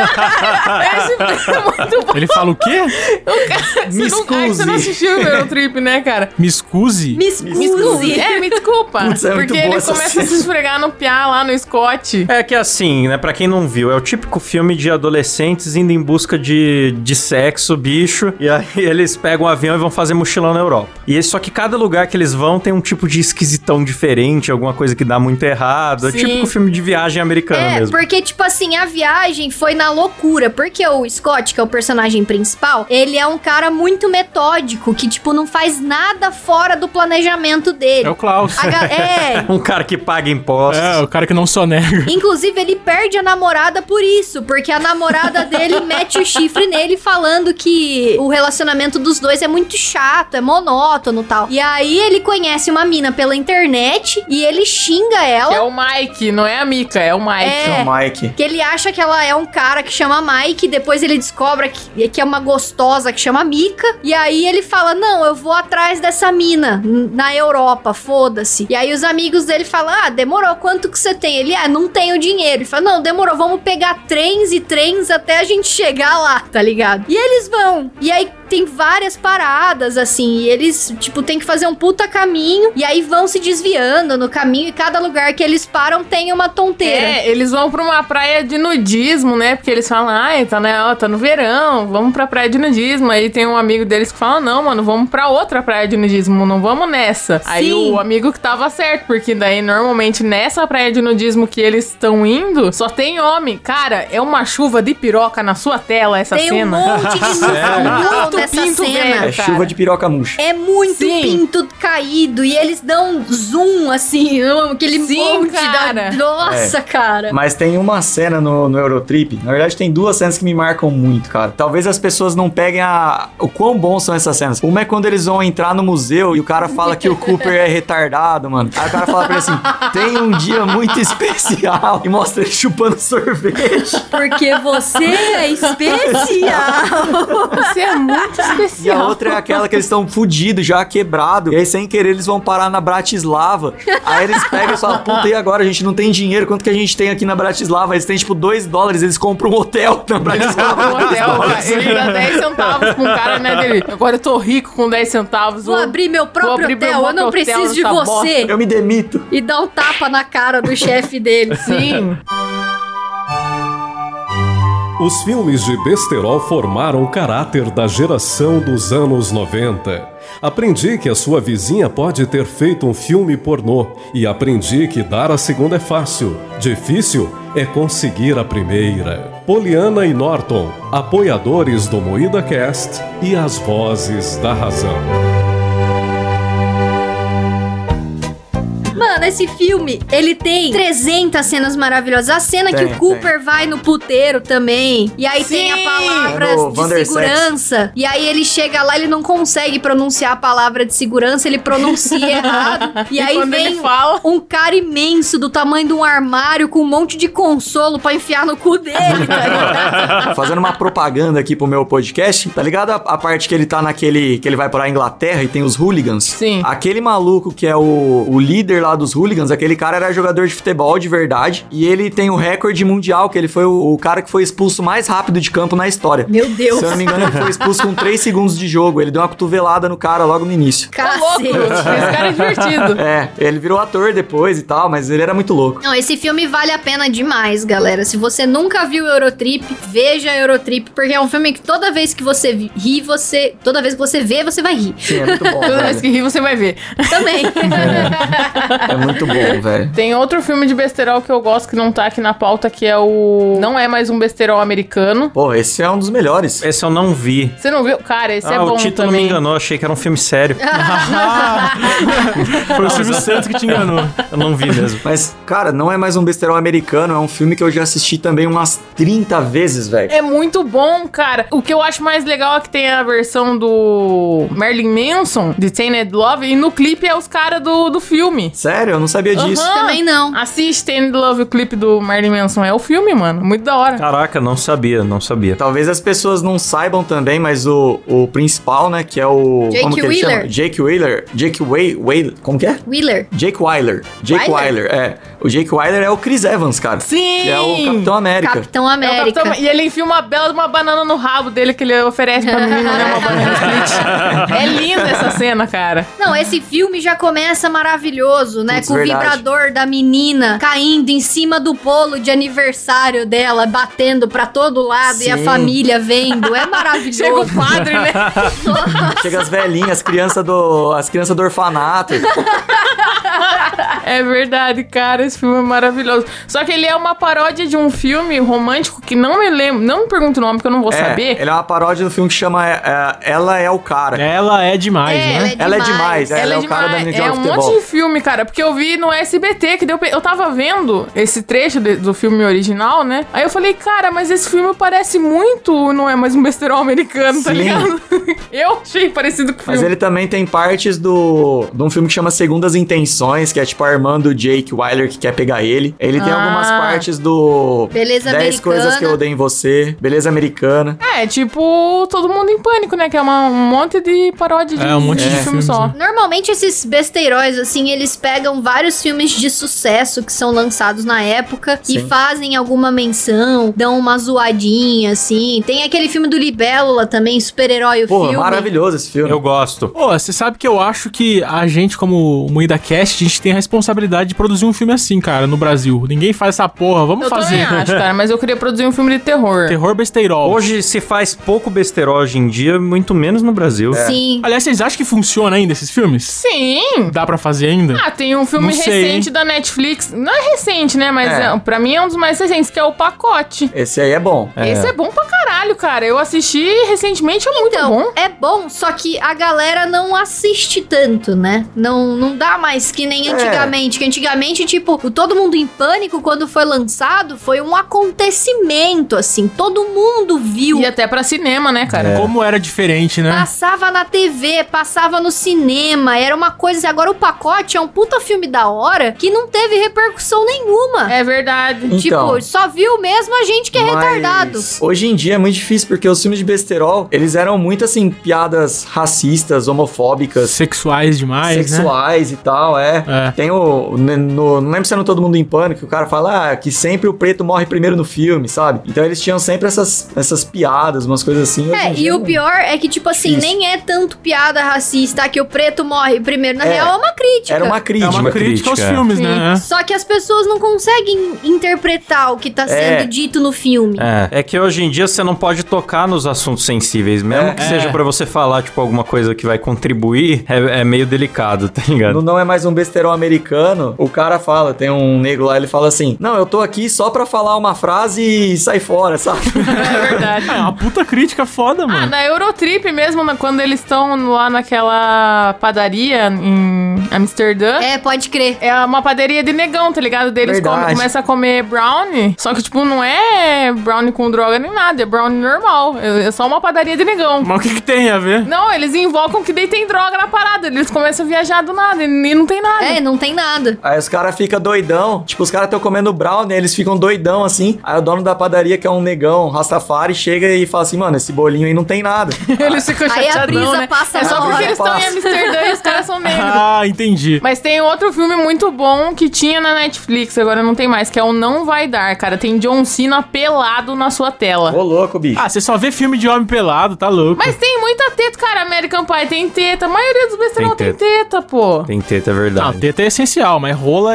Esse filme é muito bom. Ele fala o quê? Você não, ai, você não excuse. assistiu o Eurotrip, né, cara? Me excuse? me escuse. É, me desculpa. Putz, é muito porque boa ele essa começa cena. a se esfregar no piá lá no Scott. É que assim, né? Pra quem não viu, é o típico filme de adolescentes indo em busca de, de sexo, bicho. E aí <laughs> eles pegam um avião e vão fazer mochilão na Europa. E é só que cada lugar que eles vão tem um tipo de esquisitão diferente, alguma coisa que dá muito errado. É Sim. típico filme de viagem americana É, mesmo. porque, tipo assim, a viagem foi na loucura. Porque o Scott, que é o personagem principal, ele é um cara muito metódico, que, tipo, não faz nada fora do planejamento dele. É o Klaus. A <laughs> ga- é. Um cara que paga impostos. É, o cara que não só nega. Inclusive, ele perde a namorada por isso, porque a namorada dele mete o chifre nele falando que o relacionamento dos dois é muito chato, é monótono e tal. E aí ele conhece uma mina pela internet e ele xinga ela. É o Mike, não é a Mika, é o Mike. É. O Mike. Que ele acha que ela é um cara que chama Mike, depois ele descobre que, que é uma gostosa que chama Mika. E aí ele fala: Não, eu vou atrás dessa mina n- na Europa, foda-se. E aí os amigos dele falam: Ah, demorou, quanto que você tem? Ele, ah, não tenho dinheiro. Ele fala: Não, demorou, vamos pegar trens e trens até a gente chegar lá, tá ligado? E eles vão. E aí tem várias paradas, assim, e eles, tipo, tem que fazer um puta caminho, e aí vão se desviando no caminho, e cada lugar que eles param tem uma tonteira. É, eles vão pra uma praia de nudismo, né? Porque eles falam, ah, tá, né, ó, tá no verão, vamos pra praia de nudismo. Aí tem um amigo deles que fala, não, mano, vamos pra outra praia de nudismo, não vamos nessa. Aí Sim. o amigo que tava certo, porque daí normalmente nessa praia de nudismo que eles estão indo, só tem homem. Cara, é uma chuva de piroca na sua tela essa Tem cena. <laughs> um monte de Muito nudão nessa pinto, cena. É velho. cara. chuva de piroca murcha. É muito Sim. pinto caído e eles dão um zoom, assim, <laughs> aquele Sim, monte cara. da... Nossa, É. cara. Mas tem uma cena no, no Eurotrip. Na verdade, tem duas cenas que me marcam muito, cara. Talvez as pessoas não peguem a. O quão bons são essas cenas. Uma é quando eles vão entrar no museu e o cara fala que o Cooper é retardado, mano. Aí o cara fala pra ele assim: tem um dia muito especial. E mostra ele chupando sorvete. Porque você é <laughs> especial. Isso é muito especial. E a <laughs> outra é aquela que eles estão fudidos, já quebrado. E aí, sem querer, eles vão parar na Bratislava. Aí eles pegam e falam: puta, e agora? A gente não tem dinheiro. Quanto que a gente tem aqui na Bratislava? Eles têm tipo 2 dólares. Eles compram um hotel na Bratislava. No hotel, cara. ele dá 10 centavos com o cara, né, dele. Agora eu tô rico com 10 centavos. Vou abrir meu próprio abrir meu hotel, eu não hotel preciso de nessa você. Eu me demito. E dá um tapa na cara do chefe dele. Sim. Os filmes de besterol formaram o caráter da geração dos anos 90. Aprendi que a sua vizinha pode ter feito um filme pornô e aprendi que dar a segunda é fácil. Difícil é conseguir a primeira. Poliana e Norton, apoiadores do Moída Cast e as vozes da razão. Mano, esse filme, ele tem 300 cenas maravilhosas. A cena Tem, que o Cooper vai no puteiro também. E aí tem a Sim! palavra É no de Wandersex. segurança. E aí ele chega lá, ele não consegue pronunciar a palavra de segurança, ele <laughs> pronuncia errado. E, aí quando vem ele fala. um cara imenso do tamanho de um armário com um monte de consolo pra enfiar no cu <laughs> dele, tá ligado? Fazendo uma propaganda aqui pro meu podcast, tá ligado? A, a parte que ele tá naquele. que ele vai pra Inglaterra e tem os hooligans. Sim. Aquele maluco que é o, o líder lá dos hooligans, aquele cara era jogador de futebol de verdade. E ele tem o recorde mundial, que ele foi o, o cara que foi expulso mais rápido de campo na história. Meu Deus. Se eu não me engano, ele foi expulso com 3 segundos de jogo. Ele deu uma cotovelada no cara logo no início. Tá Ô, louco. Esse Cacete. cara <laughs> é divertido. É, ele virou ator depois e tal, mas ele era muito louco. Não, esse filme vale a pena demais, galera. Se você nunca viu Eurotrip, veja Eurotrip, porque é um filme que toda vez que você vi- ri, você. Toda vez que você vê, você vai rir. Sim, é muito <laughs> bom, Toda vez velho. que ri, você vai ver. <laughs> Também. É muito bom, velho. Tem outro filme de besterol que eu gosto que não tá aqui na pauta, que é o... Não é mais um besterol americano. Pô, esse é um dos melhores. Esse eu não vi. Você não viu? Cara, esse ah, é bom o título também. me enganou, achei que era um filme sério. <laughs> Foi o Silvio Santos que te enganou. Eu não vi mesmo. Mas, cara, não é mais um besterol americano, é um filme que eu já assisti também umas 30 vezes, velho. É muito bom, cara. O que eu acho mais legal é que tem a versão do Merlin Manson, de Tainted Love, e no clipe é os caras do, do filme. Sério, eu não sabia disso. Aham. Também não. Assiste Tainted Love, o clipe do Merlin Manson. É o filme, mano. Muito da hora. Caraca, não sabia, não sabia. Talvez as pessoas não saibam também, mas o, o principal, né, que é o... Jake como que ele Wheeler. chama? Jake Wheeler. Jake Way... Way... Como que é? Wheeler. Jake Wyler. Jake Wyler, Wyler? é. O Jake Wyler é o Chris Evans, cara. Sim! Que é o Capitão América. <laughs> Capitão É o América. Capitão- E ele enfia uma bela de uma banana no rabo dele que ele oferece pra menina, <laughs> né? Uma banana split. É linda essa cena, cara. Não, esse filme já começa maravilhoso, né? Putz, Com verdade. o vibrador da menina caindo em cima do bolo de aniversário dela, batendo pra todo lado e a Sim. família vendo. É Chega o maravilhoso. padre, <laughs> né? <laughs> Chega as velhinhas, as crianças do, as crianças do orfanato. É verdade, cara, esse filme é maravilhoso. Só que ele é uma paródia de um filme romântico que não me lembro, não me pergunto o nome porque eu não vou É, saber. Ele é uma paródia do filme que chama é, é, Ela é o Cara. Ela é demais, É, né? Ela é demais, Ela é o cara da demais. Ninja É de um Futebol. monte de filme, cara, porque eu vi no SBT que deu. pe- Eu tava vendo esse trecho de- do filme original, né? Aí eu falei, cara, mas esse filme parece muito, não é mais um besterol americano, tá Sim. ligado? <laughs> eu achei parecido com o filme. Mas ele também tem partes do de um filme que chama Segundas Intenções, que é tipo a irmã do Jake Wyler que quer pegar ele. Ele tem Ah. algumas partes do Beleza Americana. coisas que eu odeio em você, Beleza Americana. É, tipo, todo mundo em pânico, né? Que é uma- um monte de paródia de, É, um monte de filme filmes, só. né? Normalmente esses besteiróis, assim, eles pegam vários filmes de sucesso que são lançados na época e Sim. fazem alguma menção, dão uma zoadinha, assim. Tem aquele filme do Libélula também, super-herói o Pô, É filme. maravilhoso esse filme. Eu gosto. Pô, você sabe que eu acho que a gente, como Moída Cast, a gente tem a responsabilidade de produzir um filme assim, cara, no Brasil. Ninguém faz essa porra, vamos Eu fazer. também <laughs> acho, cara, mas eu queria produzir um filme de terror. Terror besteirol. Hoje se faz pouco besterol hoje em dia, muito menos no Brasil. É. É. Sim. Aliás, vocês acham que funciona ainda esses filmes? Sim! Dá pra fazer ainda? Ah, tem um filme Não sei, recente da Netflix. Não é recente, né? Mas É. é, pra mim é um dos mais recentes, que é o Pacote. Esse aí é bom. Esse é bom pra caralho, cara. Eu assisti recentemente, é muito Então, bom. é bom, só que a galera não assiste tanto, né? Não, não dá mais que nem É. antigamente. Que antigamente, tipo, o Todo Mundo em Pânico, quando foi lançado, foi um acontecimento, assim. Todo mundo viu. E até pra cinema, né, cara? Como era diferente, É. né? Passava na TV, passava no cinema, era uma coisa. assim. Agora o pacote é um puta filme da hora que não teve repercussão nenhuma. É verdade. Então, Tipo, só viu mesmo a gente que é Mas retardado. Hoje em dia é muito difícil, porque os filmes de besterol, eles eram muito, assim, piadas racistas, homofóbicas, Sexuais demais, né? sexuais e tal, é. É. Tem o... n- no- não lembro se é no Todo Mundo em Pânico, que o cara fala ah, que sempre o preto morre primeiro no filme, sabe? Então eles tinham sempre essas, essas piadas, umas coisas assim. hoje É, em e dia o não- pior é que, tipo assim, Difícil. nem é tanto piada racista que o preto morre primeiro. Na É. real, é uma crítica. Era uma É crítica. uma Uma crítica aos crítica. filmes, Sim. né? É. Só que as pessoas não conseguem interpretar o que tá É. sendo dito no filme. É. é que hoje em dia você não pode tocar nos assuntos sensíveis, mesmo É. que seja pra você falar, tipo, alguma coisa que vai contribuir, é, é meio delicado, <laughs> tá ligado? No Não É Mais Um Besterol Americano, o cara fala, tem um negro lá, ele fala assim, não, eu tô aqui só pra falar uma frase e sai fora, sabe? <laughs> É verdade. <laughs> É uma puta crítica foda, Ah, mano. na Eurotrip mesmo, na- quando eles estão lá naquela padaria em Amsterdã. É, pode crer. É uma padaria de negão, tá ligado? Deles Verdade. come, começa a comer brownie. Só que, tipo, não é brownie com droga nem nada, é brownie normal. É é só uma padaria de negão. Mas o que, que tem a ver? Não, eles invocam que daí tem droga na parada. Eles começam a viajar do nada e e não tem nada. É, não tem nada. Aí os caras ficam doidão. Tipo, os caras estão comendo brownie, eles ficam doidão assim. Aí o dono da padaria, que é um negão, Rastafari, chega e fala assim: mano, esse bolinho aí não tem nada. <laughs> Eles ficam Aí a chateadão, brisa né? passa é só na porque hora. eles estão em Passa. Amsterdã e os caras são negros. <laughs> Ah, entendi. Mas tem outro filme muito bom que tinha na Netflix, agora não tem mais, que é o Não Vai Dar, cara. Tem John Cena pelado na sua tela. Ô louco, bicho. Ah, você só vê filme de homem pelado, tá louco. Mas tem muita teta, cara. American Pie tem teta. A maioria dos besterol tem Tem teta, pô. Tem teta, é Não, verdade. teta é essencial, mas rola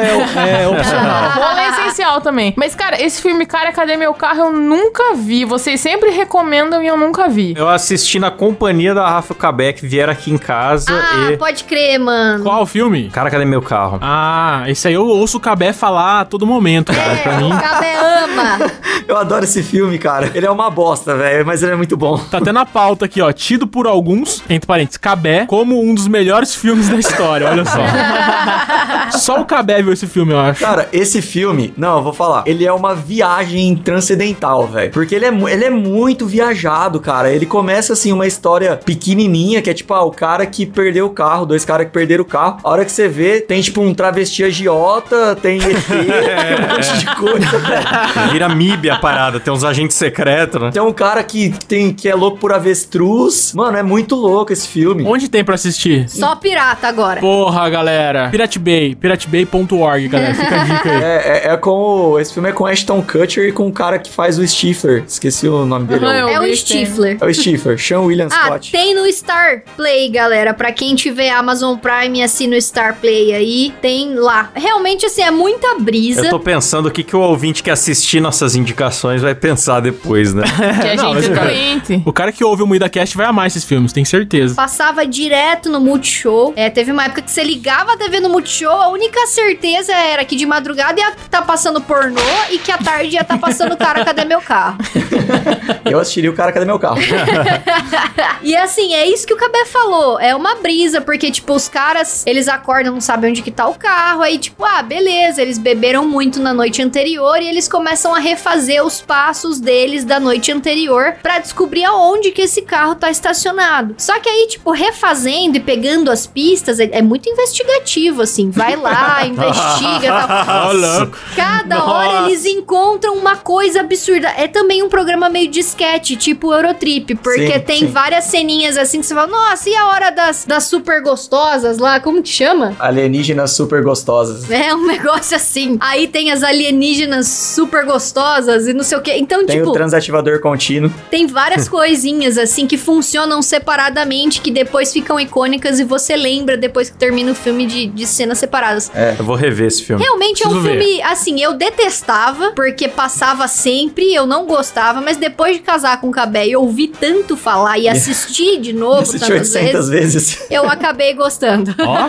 <laughs> é, é opcional. Rola é essencial também. Mas, cara, esse filme, cara, cadê meu carro? Eu nunca vi. Vocês sempre recomendam e eu <laughs> nunca vi. Eu assisti na companhia da Rafa Kabeck, vieram aqui em casa Ah, e. pode crer, mano. Qual o filme? Cara, cadê meu carro? Ah, esse aí eu ouço o Cabé falar a todo momento, cara. Pra É, mim, o Cabé <laughs> ama. Eu adoro esse filme, cara. Ele é uma bosta, velho, mas ele é muito bom. tá até na pauta aqui, ó. Tido por alguns, entre parênteses, Cabé, como um dos melhores filmes da história, olha só. só o Cabé viu esse filme, eu acho. Cara, esse filme, não, eu vou falar, ele é uma viagem transcendental, velho. Porque ele é, mu- ele é muito viajado, cara. Ele começa assim, uma história pequenininha, que é tipo, ah, o cara que perdeu o carro, dois caras que perderam o carro. A hora que você vê, tem tipo um travesti agiota, tem ET, tem <laughs> um monte de coisa, velho. Vira MIB a parada, tem uns agentes secretos, né? Tem um cara que, tem, que é louco por avestruz. Mano, é muito louco esse filme. Onde tem pra assistir? Só pirata agora. Porra, galera. Pirate Bay, piratebay.org, galera. Fica a dica aí. É, é, é com. o- Esse filme é com Ashton Kutcher e com o cara que faz o Stifler. Esqueci o nome dele. Aham, é o- vi É o isso aí. Stifler. É o Stifler, Sean William Ah, Scott. tem no Star Play, galera. Pra quem tiver Amazon Prime, assina o Star Play aí. Tem lá. Realmente, assim, é muita brisa. Eu tô pensando o que, que o ouvinte que assistir nossas indicações vai pensar depois, né? <laughs> Que a Não, gente mas- é doente. O cara que ouve o Moída Cast vai amar esses filmes, <laughs> tenho certeza. Passava direto no Multishow. É, teve uma época que você ligava a TV no Multishow, a única certeza era que de madrugada ia estar passando pornô e que à tarde ia estar passando o cara Cadê Meu Carro. Eu assistiria o cara, cadê <laughs> meu carro? E assim, é isso que o Cabé falou. É uma brisa, porque, tipo, os caras, eles acordam, não sabem onde que tá o carro. Aí, tipo, ah, beleza, eles beberam muito na noite anterior e eles começam a refazer os passos deles da noite anterior pra descobrir aonde que esse carro tá estacionado. Só que aí, tipo, refazendo e pegando as pistas, é, é muito investigativo, assim. Vai lá, investiga, tal. Cada hora eles encontram uma coisa absurda. É também um programa meio de sketch, tipo Eurotrip, porque Sim, tem sim. várias ceninhas assim que você fala, nossa, e a hora das, das super gostosas lá? Como que chama? <laughs> Alienígenas super gostosas. É um negócio assim. Aí tem as alienígenas super gostosas e não sei o quê. Então, Tem tipo, o transativador contínuo. tem várias coisinhas assim que funcionam separadamente, que depois ficam icônicas e você lembra depois que termina o filme de, de cenas separadas. Eu vou rever esse filme. Realmente é um É, Preciso ver. filme, assim, eu detestava, porque passava sempre, eu não gostava, mas depois de casar com o Cabé e ouvir tanto falar e assistir de novo Assisti tantas 800 vezes, vezes. eu acabei gostando. <laughs> Ó,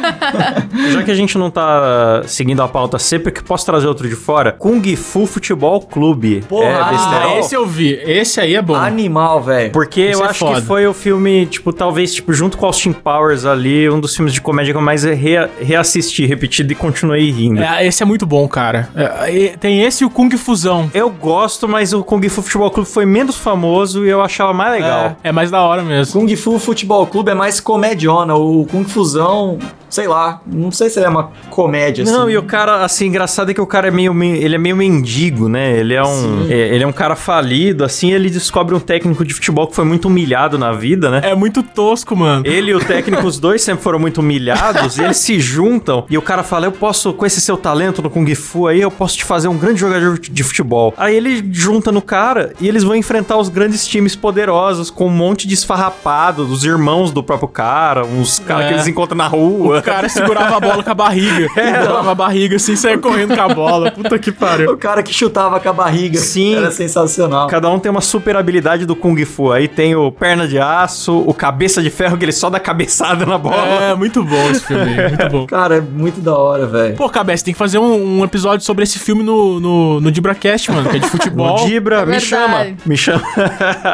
já que a gente não tá seguindo a pauta sempre, que posso trazer outro de fora? Kung Fu Futebol Clube. Porra, é, Ah, besterol. esse eu vi. Esse aí é bom. Animal, velho. Porque Isso eu é acho foda. que foi o filme, tipo, talvez, tipo, junto com Austin Powers ali, um dos filmes de comédia que eu mais rea- reassisti, repetido e continuei rindo. É, esse é muito bom, cara. É, é, tem esse e o Kung Fusão. Eu gosto, mas o Kung Fu Futebol Clube foi menos famoso e eu achava mais legal. É, é mais da hora mesmo. Kung Fu Futebol Clube é mais comediona. O Kung Fusão, sei lá. Não sei se ele é uma comédia, Não, assim. e o cara, assim, engraçado é que o cara é meio, men- ele é meio mendigo, né? Ele é um, é, ele é um cara falido, assim, ele descobre um técnico de futebol que foi muito humilhado na vida, né? É muito tosco, mano. Ele e o técnico, os dois sempre foram muito humilhados, e eles se juntam, e o cara fala, eu posso, com esse seu talento no Kung Fu aí, eu posso te fazer um grande jogador de futebol. Aí ele junta no cara, e eles vão enfrentar os grandes times poderosos, com um monte de esfarrapado, dos irmãos do próprio cara, uns caras É. que eles encontram na rua. O cara segurava a bola com a barriga. Segurava a barriga assim, saia correndo com a bola. <laughs> Puta que pariu. O cara que chutava com a barriga. Sim. Era sensacional. Cada um tem uma super habilidade do Kung Fu. Aí tem o perna de aço, o cabeça de ferro, que ele só dá cabeçada na bola. É, muito bom esse filme. Muito um. bom. Cara, é muito da hora, velho. Pô, Cabé, você tem que fazer um, um episódio sobre esse filme no, no, no Dibracast, mano, que é de futebol. O Dibra, É me chama. verdade. Me chama.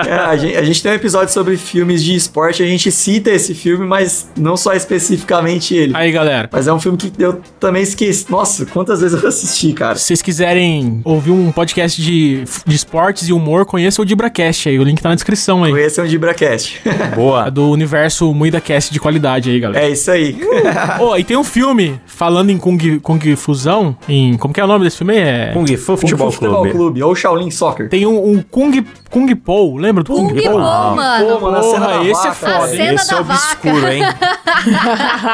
É, a, gente, a gente tem um episódio sobre filmes de esporte, a gente cita esse filme, mas não só especificamente ele. Aí, galera. Mas é um filme que eu também esqueci. Nossa, quantas vezes eu assisti, cara. Se vocês quiserem ouvir um podcast de, de esportes e humor, conheça o Dibracast aí. O link tá na descrição aí. Esse é um Dibracast. <laughs> Boa. do universo MuidaCast de qualidade aí, galera. É isso aí. Ô, e tem um filme falando em Kung, Kung Fusão, em... Como que é o nome desse filme aí? É... Kung Fu Futebol, Clube. ou Shaolin Soccer. Tem um, um Kung, Kung Po, lembra do Kung, Kung Po? Pao, mano. Pô, mano, a cena da esse é vaca, foda, velho. Cena Esse da é obscuro, vaca. hein?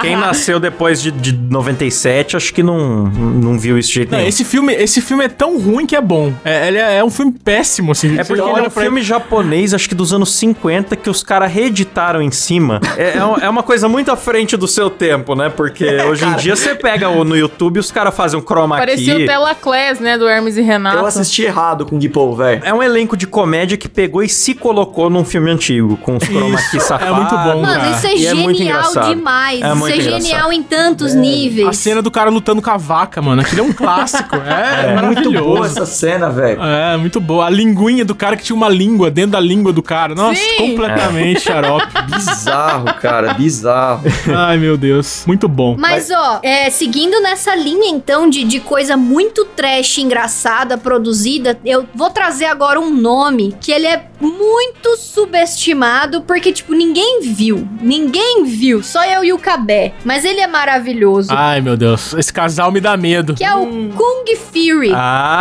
Quem nasceu depois de, de 97, acho que não, não viu isso de jeito Não, nenhum. esse filme, esse filme é tão ruim que é bom. É, ele é, é um filme péssimo, assim. É Você porque ele é olha um pra filme japonês, acho que dos anos 50, que os caras reeditaram em cima. É, é um- é uma coisa muito à frente do seu tempo, né? Porque É, hoje em dia você pega o- no YouTube e os caras fazem um chroma Parecia key. o Telaclés, né? Do Hermes e Renato. Eu assisti errado com o Paul, velho. É um elenco de comédia que pegou e se colocou num filme antigo, com os chroma key safados. é muito bom. Mano, Cara, isso é e é muito genial engraçado. demais. É isso é muito genial engraçado. É. em tantos níveis. A cena do cara lutando com a vaca, mano. Aquilo é um clássico. É, Muito boa assim. maravilhoso. essa cena, velho. É, muito boa. A linguinha do cara que tinha uma língua dentro da língua do cara. Nossa, Sim. completamente xarope. Bizarro, cara, bizarro. Ai, meu Deus. Muito bom. Mas, ó, é, seguindo nessa linha, então, de, de coisa muito trash, engraçada, produzida, eu vou trazer agora um nome que ele é muito subestimado, porque, tipo, ninguém viu. Ninguém viu, só eu e o Cabé. Mas ele é maravilhoso. Ai, meu Deus. Esse casal me dá medo. Que é o Hum. Kung Fury.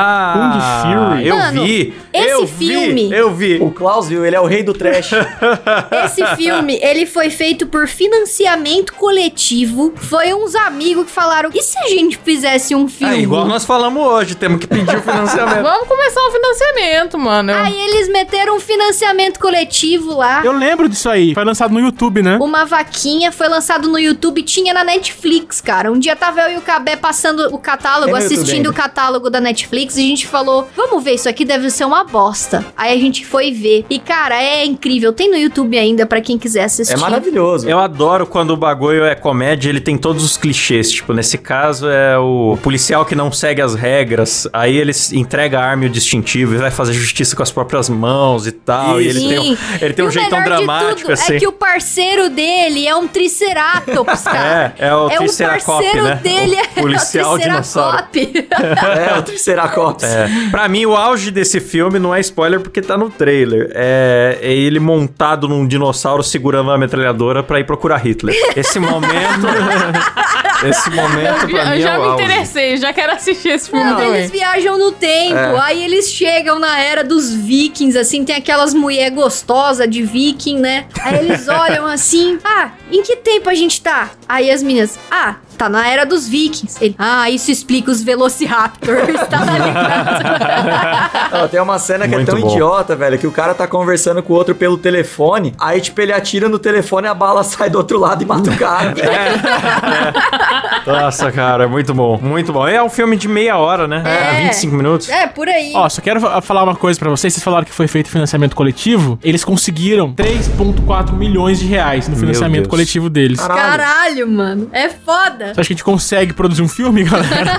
Ah, Kung Fury. Eu Mano, vi. esse eu filme- Vi, eu vi. O Klaus, viu? Ele é o rei do trash. Esse filme, ele foi feito por financiamento coletivo. Foi uns amigos que falaram: e se a gente fizesse Ah, um filme? É, igual nós falamos hoje, temos que pedir o financiamento. Vamos começar o financiamento, mano. Aí eles eles meteram um financiamento coletivo lá. Eu lembro disso aí. Foi lançado no YouTube, né? Uma vaquinha foi lançado no YouTube, tinha na Netflix, cara. Um dia tava eu e o Cabé passando o catálogo, É no YouTube assistindo ainda. o catálogo da Netflix, e a gente falou: vamos ver, isso aqui deve ser uma bosta. Aí a gente foi ver. E, cara, é incrível. Tem no YouTube ainda pra quem quiser assistir. É <laughs> maravilhoso. Eu adoro quando o bagulho é comédia, ele tem todos os clichês. Tipo, nesse caso é o policial que não segue as regras, aí ele s- entrega a arma e o distintivo e vai fazer justiça com as próprias mãos e tal. E ele tem um, Sim. ele tem E um o jeitão melhor de dramático, tudo assim. É que o parceiro dele é um <laughs> triceratops, cara. É, é o é o Triceracop, parceiro né? dele <laughs> O é policial o dinossauro. Triceracop. <laughs> É, o Triceratops. É. Pra mim, o auge desse filme não é spoiler porque tá no trailer. É, é ele montado num dinossauro segurando uma metralhadora pra ir procurar Hitler. Esse <laughs> momento. esse momento Eu, pra já- mim eu é já o me auge. interessei, já quero assistir esse filme Não, também. eles viajam no tempo, É. aí eles chegam na era dos vikings, assim, tem aquelas mulher gostosa de viking, né? Aí <laughs> eles olham assim, ah, em que tempo a gente tá? Aí as meninas, ah, tá na era dos vikings. Ele, ah, isso explica os velociraptors, <laughs> tá <laughs> ligado? Não, tem uma cena que Muito é tão bom. idiota, velho, que o cara tá conversando com o outro pelo telefone, aí, tipo, ele atira no telefone, a bala <laughs> sai do outro lado e mata o cara. É. Nossa, cara, é muito bom. Muito bom. É um filme de meia hora, né? É. 25 minutos. é, por aí. Ó, só quero fa- falar uma coisa pra vocês. Vocês falaram que foi feito financiamento coletivo. Eles conseguiram 3,4 milhões de reais no financiamento Deus. coletivo deles. Você Caralho, mano, é foda. acha que a gente consegue produzir um filme, galera?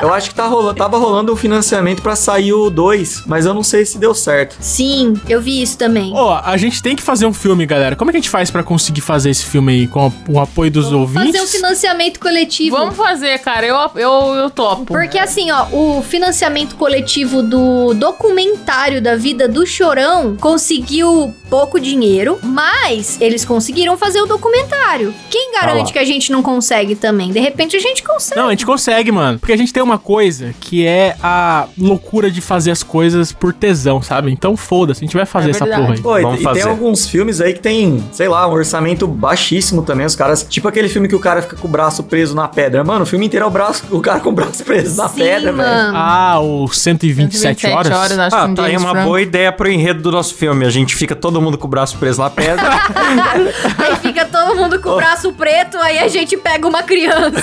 Eu acho que tá rolando, tava rolando um financiamento pra sair o 2, mas eu não sei se deu certo. Sim, eu vi isso também. Ó, a gente tem que fazer um filme, galera. Como é que a gente faz pra conseguir fazer esse filme aí com a- o apoio dos ouvintes? Fazer um financiamento coletivo. Vamos fazer, cara. Eu, eu, eu topo. Porque assim, ó, o financiamento coletivo do documentário da vida do Chorão conseguiu pouco dinheiro, mas eles conseguiram fazer o documentário. Quem garante Tá lá. que a gente não consegue também? De repente a gente consegue. Não, a gente consegue, mano. Porque a gente tem uma coisa que é a loucura de fazer as coisas por tesão, sabe? Então foda-se, a gente vai fazer É essa verdade. porra aí. Pô, e- Vamos e fazer. tem alguns filmes aí que tem, sei lá, um orçamento baixíssimo também. Os caras. Tipo aquele filme que o cara fica com o braço preso na pedra. Mano, o filme inteiro é o, braço, o cara com o braço preso na Sim, pedra, velho. mano. Ah, o 127, horas? acho Ah, que um tá aí uma boa ideia pro enredo do nosso filme. A gente fica todo mundo com o braço preso na pedra. <laughs> Aí fica todo mundo <laughs> Oh. com o braço preto, aí a gente pega uma criança.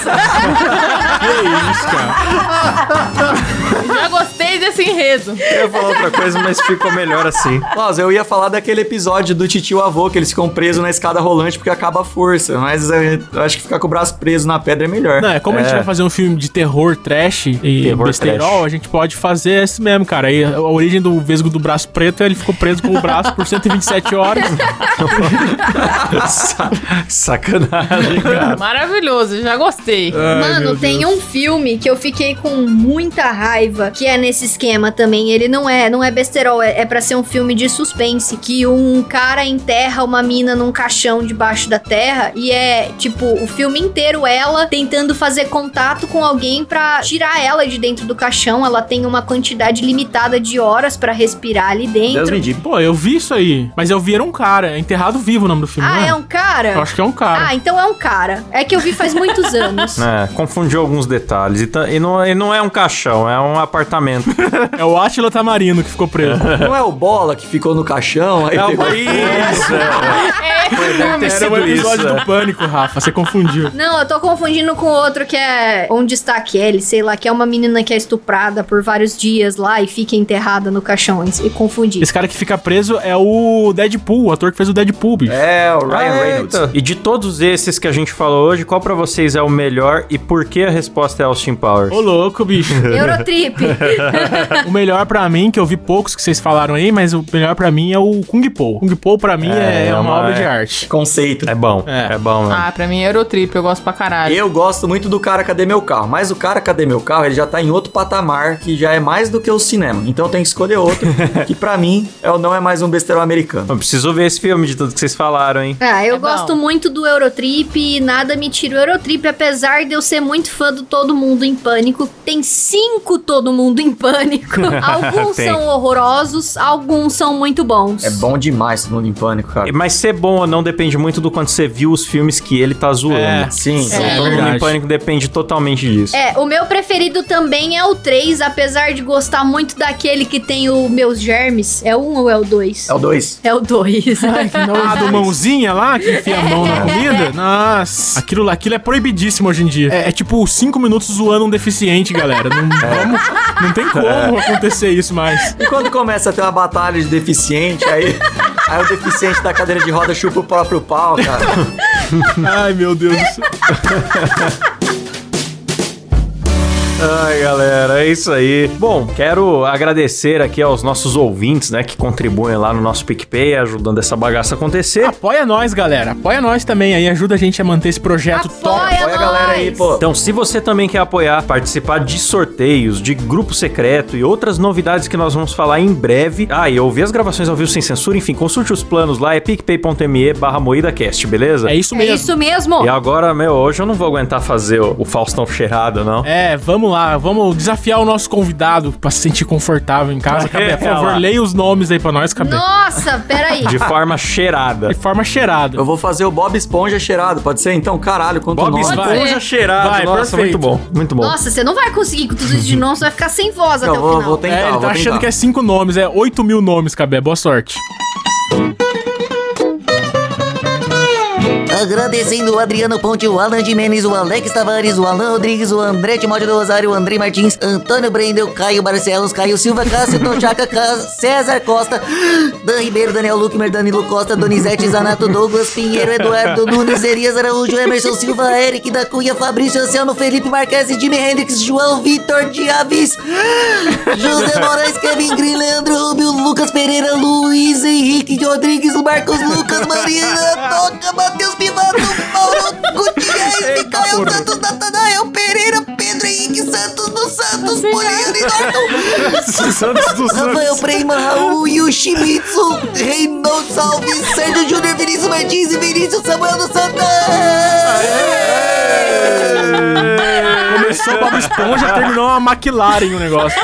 Já gostei <laughs> desse enredo. Eu ia falar outra coisa, mas ficou melhor assim. Nossa, eu ia falar daquele episódio do titio avô, que eles ficam presos na escada rolante porque acaba a força. Mas eh, eu acho que ficar com o braço preso na pedra é <laughs> melhor. Não, é como a gente vai fazer um filme de terror trash e Terror besterol, trash. a gente pode fazer esse mesmo, cara. Aí a origem do Vesgo do braço preto, ele ficou preso com o braço por 127 horas. Sa- Sacanagem, cara. Maravilhoso, já gostei. Mano, tem um filme que eu fiquei com muita raiva, que é nesse esquema também. Ele não é, não é besterol, é, é para ser um filme de suspense, que um cara enterra uma mina num caixão debaixo da terra e é tipo o filme inteiro ela tentando fazer contato com alguém pra tirar ela de dentro do caixão. Ela tem uma quantidade limitada de horas pra respirar ali Deus dentro. me diga. Pô, eu vi isso aí. Mas eu vi era um cara, é enterrado vivo o nome do filme, Ah, né? é um Eu cara. acho que é um cara. Ah, então é um cara. É que eu vi faz muitos anos. É, confundiu alguns detalhes. E, ta- e não, e não é um caixão, é um apartamento. <laughs> É o Átila Tamarino que ficou preso. Não é o bola que ficou no caixão? É Aí pegou- isso. É esse filme. Era o episódio do pânico, Rafa. Você confundiu. Não, eu tô confundindo com outro que é Onde está Kelly, sei lá, que é uma menina que é estuprada por vários dias lá e fica enterrada no caixão. E confundi. Esse cara que fica preso é o Deadpool, o ator que fez o Deadpool, bicho. É, o Ryan Ah, Reynolds. eita. E de todos esses que a gente falou hoje, qual pra vocês é o melhor e por que a resposta é Austin Powers? Ô, <laughs> louco, bicho. Eurotrip. o melhor pra mim, que eu vi poucos que vocês falaram aí, mas o melhor pra mim é o Kung Po. Kung Po, pra mim, é, É, uma uma- obra de arte. Conceito. É bom, é, É. bom, né? Ah, pra mim é Eurotrip, eu gosto pra caralho. Eu gosto muito do cara Cadê Meu Carro, mas o cara Cadê Meu Carro, ele já tá em outro patamar que já é mais do que o cinema. Então tem que escolher <laughs> outro, que pra mim é o não é mais um besteiro americano. Eu preciso ver esse filme de tudo que vocês falaram, hein? ah, eu É bom. gosto muito do Eurotrip e nada me tira o Eurotrip, apesar de eu ser muito fã do Todo Mundo em Pânico. Tem cinco Todo Mundo em Pânico. Alguns Tem. são horrorosos, alguns são muito bons. É bom É demais todo mundo em pânico, cara. Mas ser bom ou não depende muito do quanto você viu os filmes que ele tá zoando. É, Sim, Então, é Todo mundo verdade. em pânico depende totalmente disso. É, o meu preferido também é o 3, apesar de gostar muito daquele que tem o Meus Germes. É o 1 ou é o 2? É o 2. É o 2. Ah, do mãozinha lá, que enfia a <laughs> mão na comida? Nossa. Aquilo lá, aquilo é proibidíssimo hoje em dia. É, é tipo 5 minutos zoando um deficiente, galera. Não, vamos- não tem como acontecer isso mais. E quando começa a ter uma batalha de deficiente, aí, aí o deficiente da cadeira de roda chupa o próprio pau, cara. Ai, meu Deus do céu. Ai, galera, é isso aí. Bom, quero agradecer aqui aos nossos ouvintes, né, que contribuem lá no nosso PicPay, ajudando essa bagaça acontecer. Apoia nós, galera. Apoia nós também aí. Ajuda a gente a manter esse projeto top. Apoia, Olha a galera aí, nós. pô. Então, se você também quer apoiar, participar de sorteios, de grupo secreto e outras novidades que nós vamos falar em breve. Ah, e ouvir as gravações ao vivo sem censura, enfim, consulte os planos lá, é picpay.me barra moídacast, beleza? É isso É mesmo. isso mesmo. E agora, meu, hoje eu não vou aguentar fazer o, o Faustão cheirado, não. É, vamos lá, vamos desafiar o nosso convidado pra se sentir confortável em casa. Cabé, por É, favor, lá. leia os nomes aí pra nós, Cabé. Nossa, peraí. De forma cheirada. De forma cheirada. Eu vou fazer o Bob Esponja cheirado, pode ser? Então, caralho, quanto Bob nome. Esponja. Esponja cheirado. é. Vai, Nossa, muito perfeito. bom. Muito bom. Nossa, você não vai conseguir com tudo isso de novo, você vai ficar sem voz até Eu o vou, final. vou tentar, é, ele vou tá tentar. achando que é cinco nomes, é 8 mil nomes, Cabé. Boa sorte. Agradecendo o Adriano Ponte, o Alan Jimenez, o Alex Tavares, o Alan Rodrigues, o André Timóteo do Rosário, o André Martins, Antônio Brendel, Caio Barcelos, Caio Silva, Cássio Tochaca, César Costa, Dan Ribeiro, Daniel Lucmer, Danilo Costa, Donizete Zanato, Douglas Pinheiro, Eduardo Nunes, Erias Araújo, Emerson Silva, Eric da Cunha, Fabrício Anselmo, Felipe Marques, Jimi Hendrix, João Vitor de Aves, José Moraes, Kevin Green, Leandro Rubio, Lucas Pereira, Luiz Henrique Rodrigues, Marcos Lucas, Marina Toca, Matheus Pivato, Mauro Gutierrez, Micael Santos, Natanael Pereira, Pedro Henrique Santos dos Santos, Poliano e Norton, <laughs> Santos do Rafael Prema, Raul Yoshimitsu, Reinaldo Alves, Sérgio Júnior, Vinícius Martins e Vinícius Samuel dos Santos. Começou o Bob Esponja, terminou uma McLaren o negócio.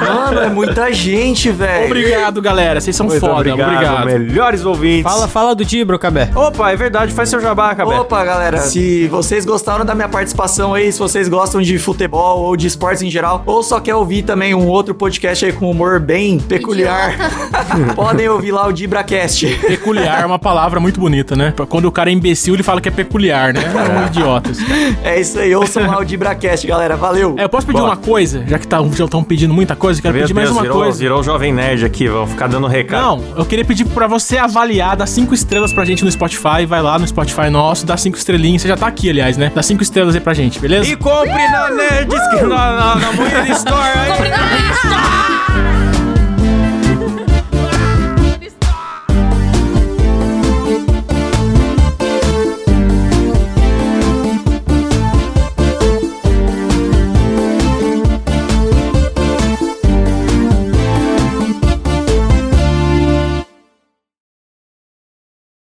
Mano, é muita gente, velho. Obrigado, galera. Vocês são foda. Obrigado. Melhores ouvintes. Fala, fala do Dibro, Cabé. Opa, é verdade, faz seu jabá, Cabé. Opa, galera, se vocês gostaram da minha participação aí, se vocês gostam de futebol ou de esportes em geral, ou só quer ouvir também um outro podcast aí com humor bem peculiar, <laughs> podem ouvir lá o DibraCast. <laughs> Peculiar é uma palavra muito bonita, né? Quando o cara é imbecil, ele fala que é peculiar, né? É um idiota. esse cara. É isso aí, ouçam lá o DibraCast, galera. Valeu! É, eu posso pedir uma coisa? Já que tá, já estão pedindo muita coisa, eu quero Meu pedir mais Deus, uma virou, coisa. virou o Jovem Nerd aqui, vão ficar dando recado. Não, eu queria pedir pra você avaliar, dar cinco estrelas pra gente no Spotify. Vai lá no Spotify nosso, dá cinco estrelinhas. Você já tá aqui, aliás, né? Dá cinco estrelas aí pra gente, beleza? é E compre na Nerds, que na, na, na Moída Store. aí. Ah!